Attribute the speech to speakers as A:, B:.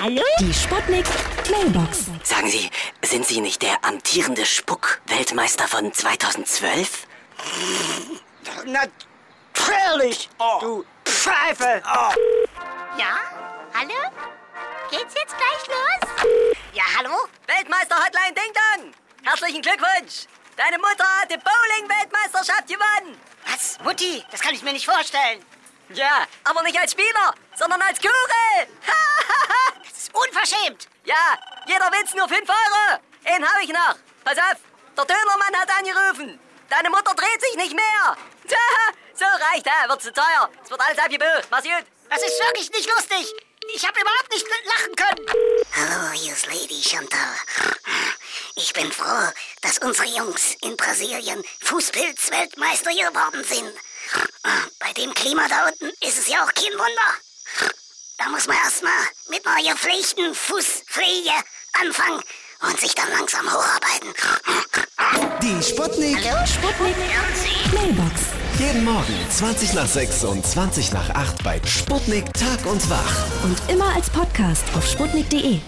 A: Hallo?
B: Die Sputnik Mailbox.
C: Sagen Sie, sind Sie nicht der amtierende Spuck-Weltmeister von 2012?
D: Natürlich, du Pfeife.
A: Ja? Hallo? Geht's jetzt gleich los? Ja, hallo?
C: Weltmeister-Hotline Ding Dong! Herzlichen Glückwunsch! Deine Mutter hat die Bowling-Weltmeisterschaft gewonnen!
A: Was? Mutti, das kann ich mir nicht vorstellen.
C: Ja, aber nicht als Spieler, sondern als Kugel! Ha,
A: Das ist unverschämt.
C: Ja, jeder Witz nur 5 Euro. Einen habe ich noch. Pass auf, der Dönermann hat angerufen. Deine Mutter dreht sich nicht mehr. Tja, so reicht, ja, wird zu teuer. Es wird alles abgebucht. Mach's gut.
A: Das ist wirklich nicht lustig. Ich habe überhaupt nicht lachen können.
E: Hallo, hier ist Lady Chantal. Ich bin froh, dass unsere Jungs in Brasilien Fußpilz-Weltmeister geworden sind. Bei dem Klima da unten ist es ja auch kein Wunder. Da muss man erstmal mit einer gepflegten Fußpflege anfangen und sich dann langsam hocharbeiten.
F: Die Sputnik.
B: Sputnik Mailbox.
F: Jeden Morgen 20 nach 6 und 20 nach 8 bei Sputnik Tag und Wach.
B: Und immer als Podcast auf sputnik.de.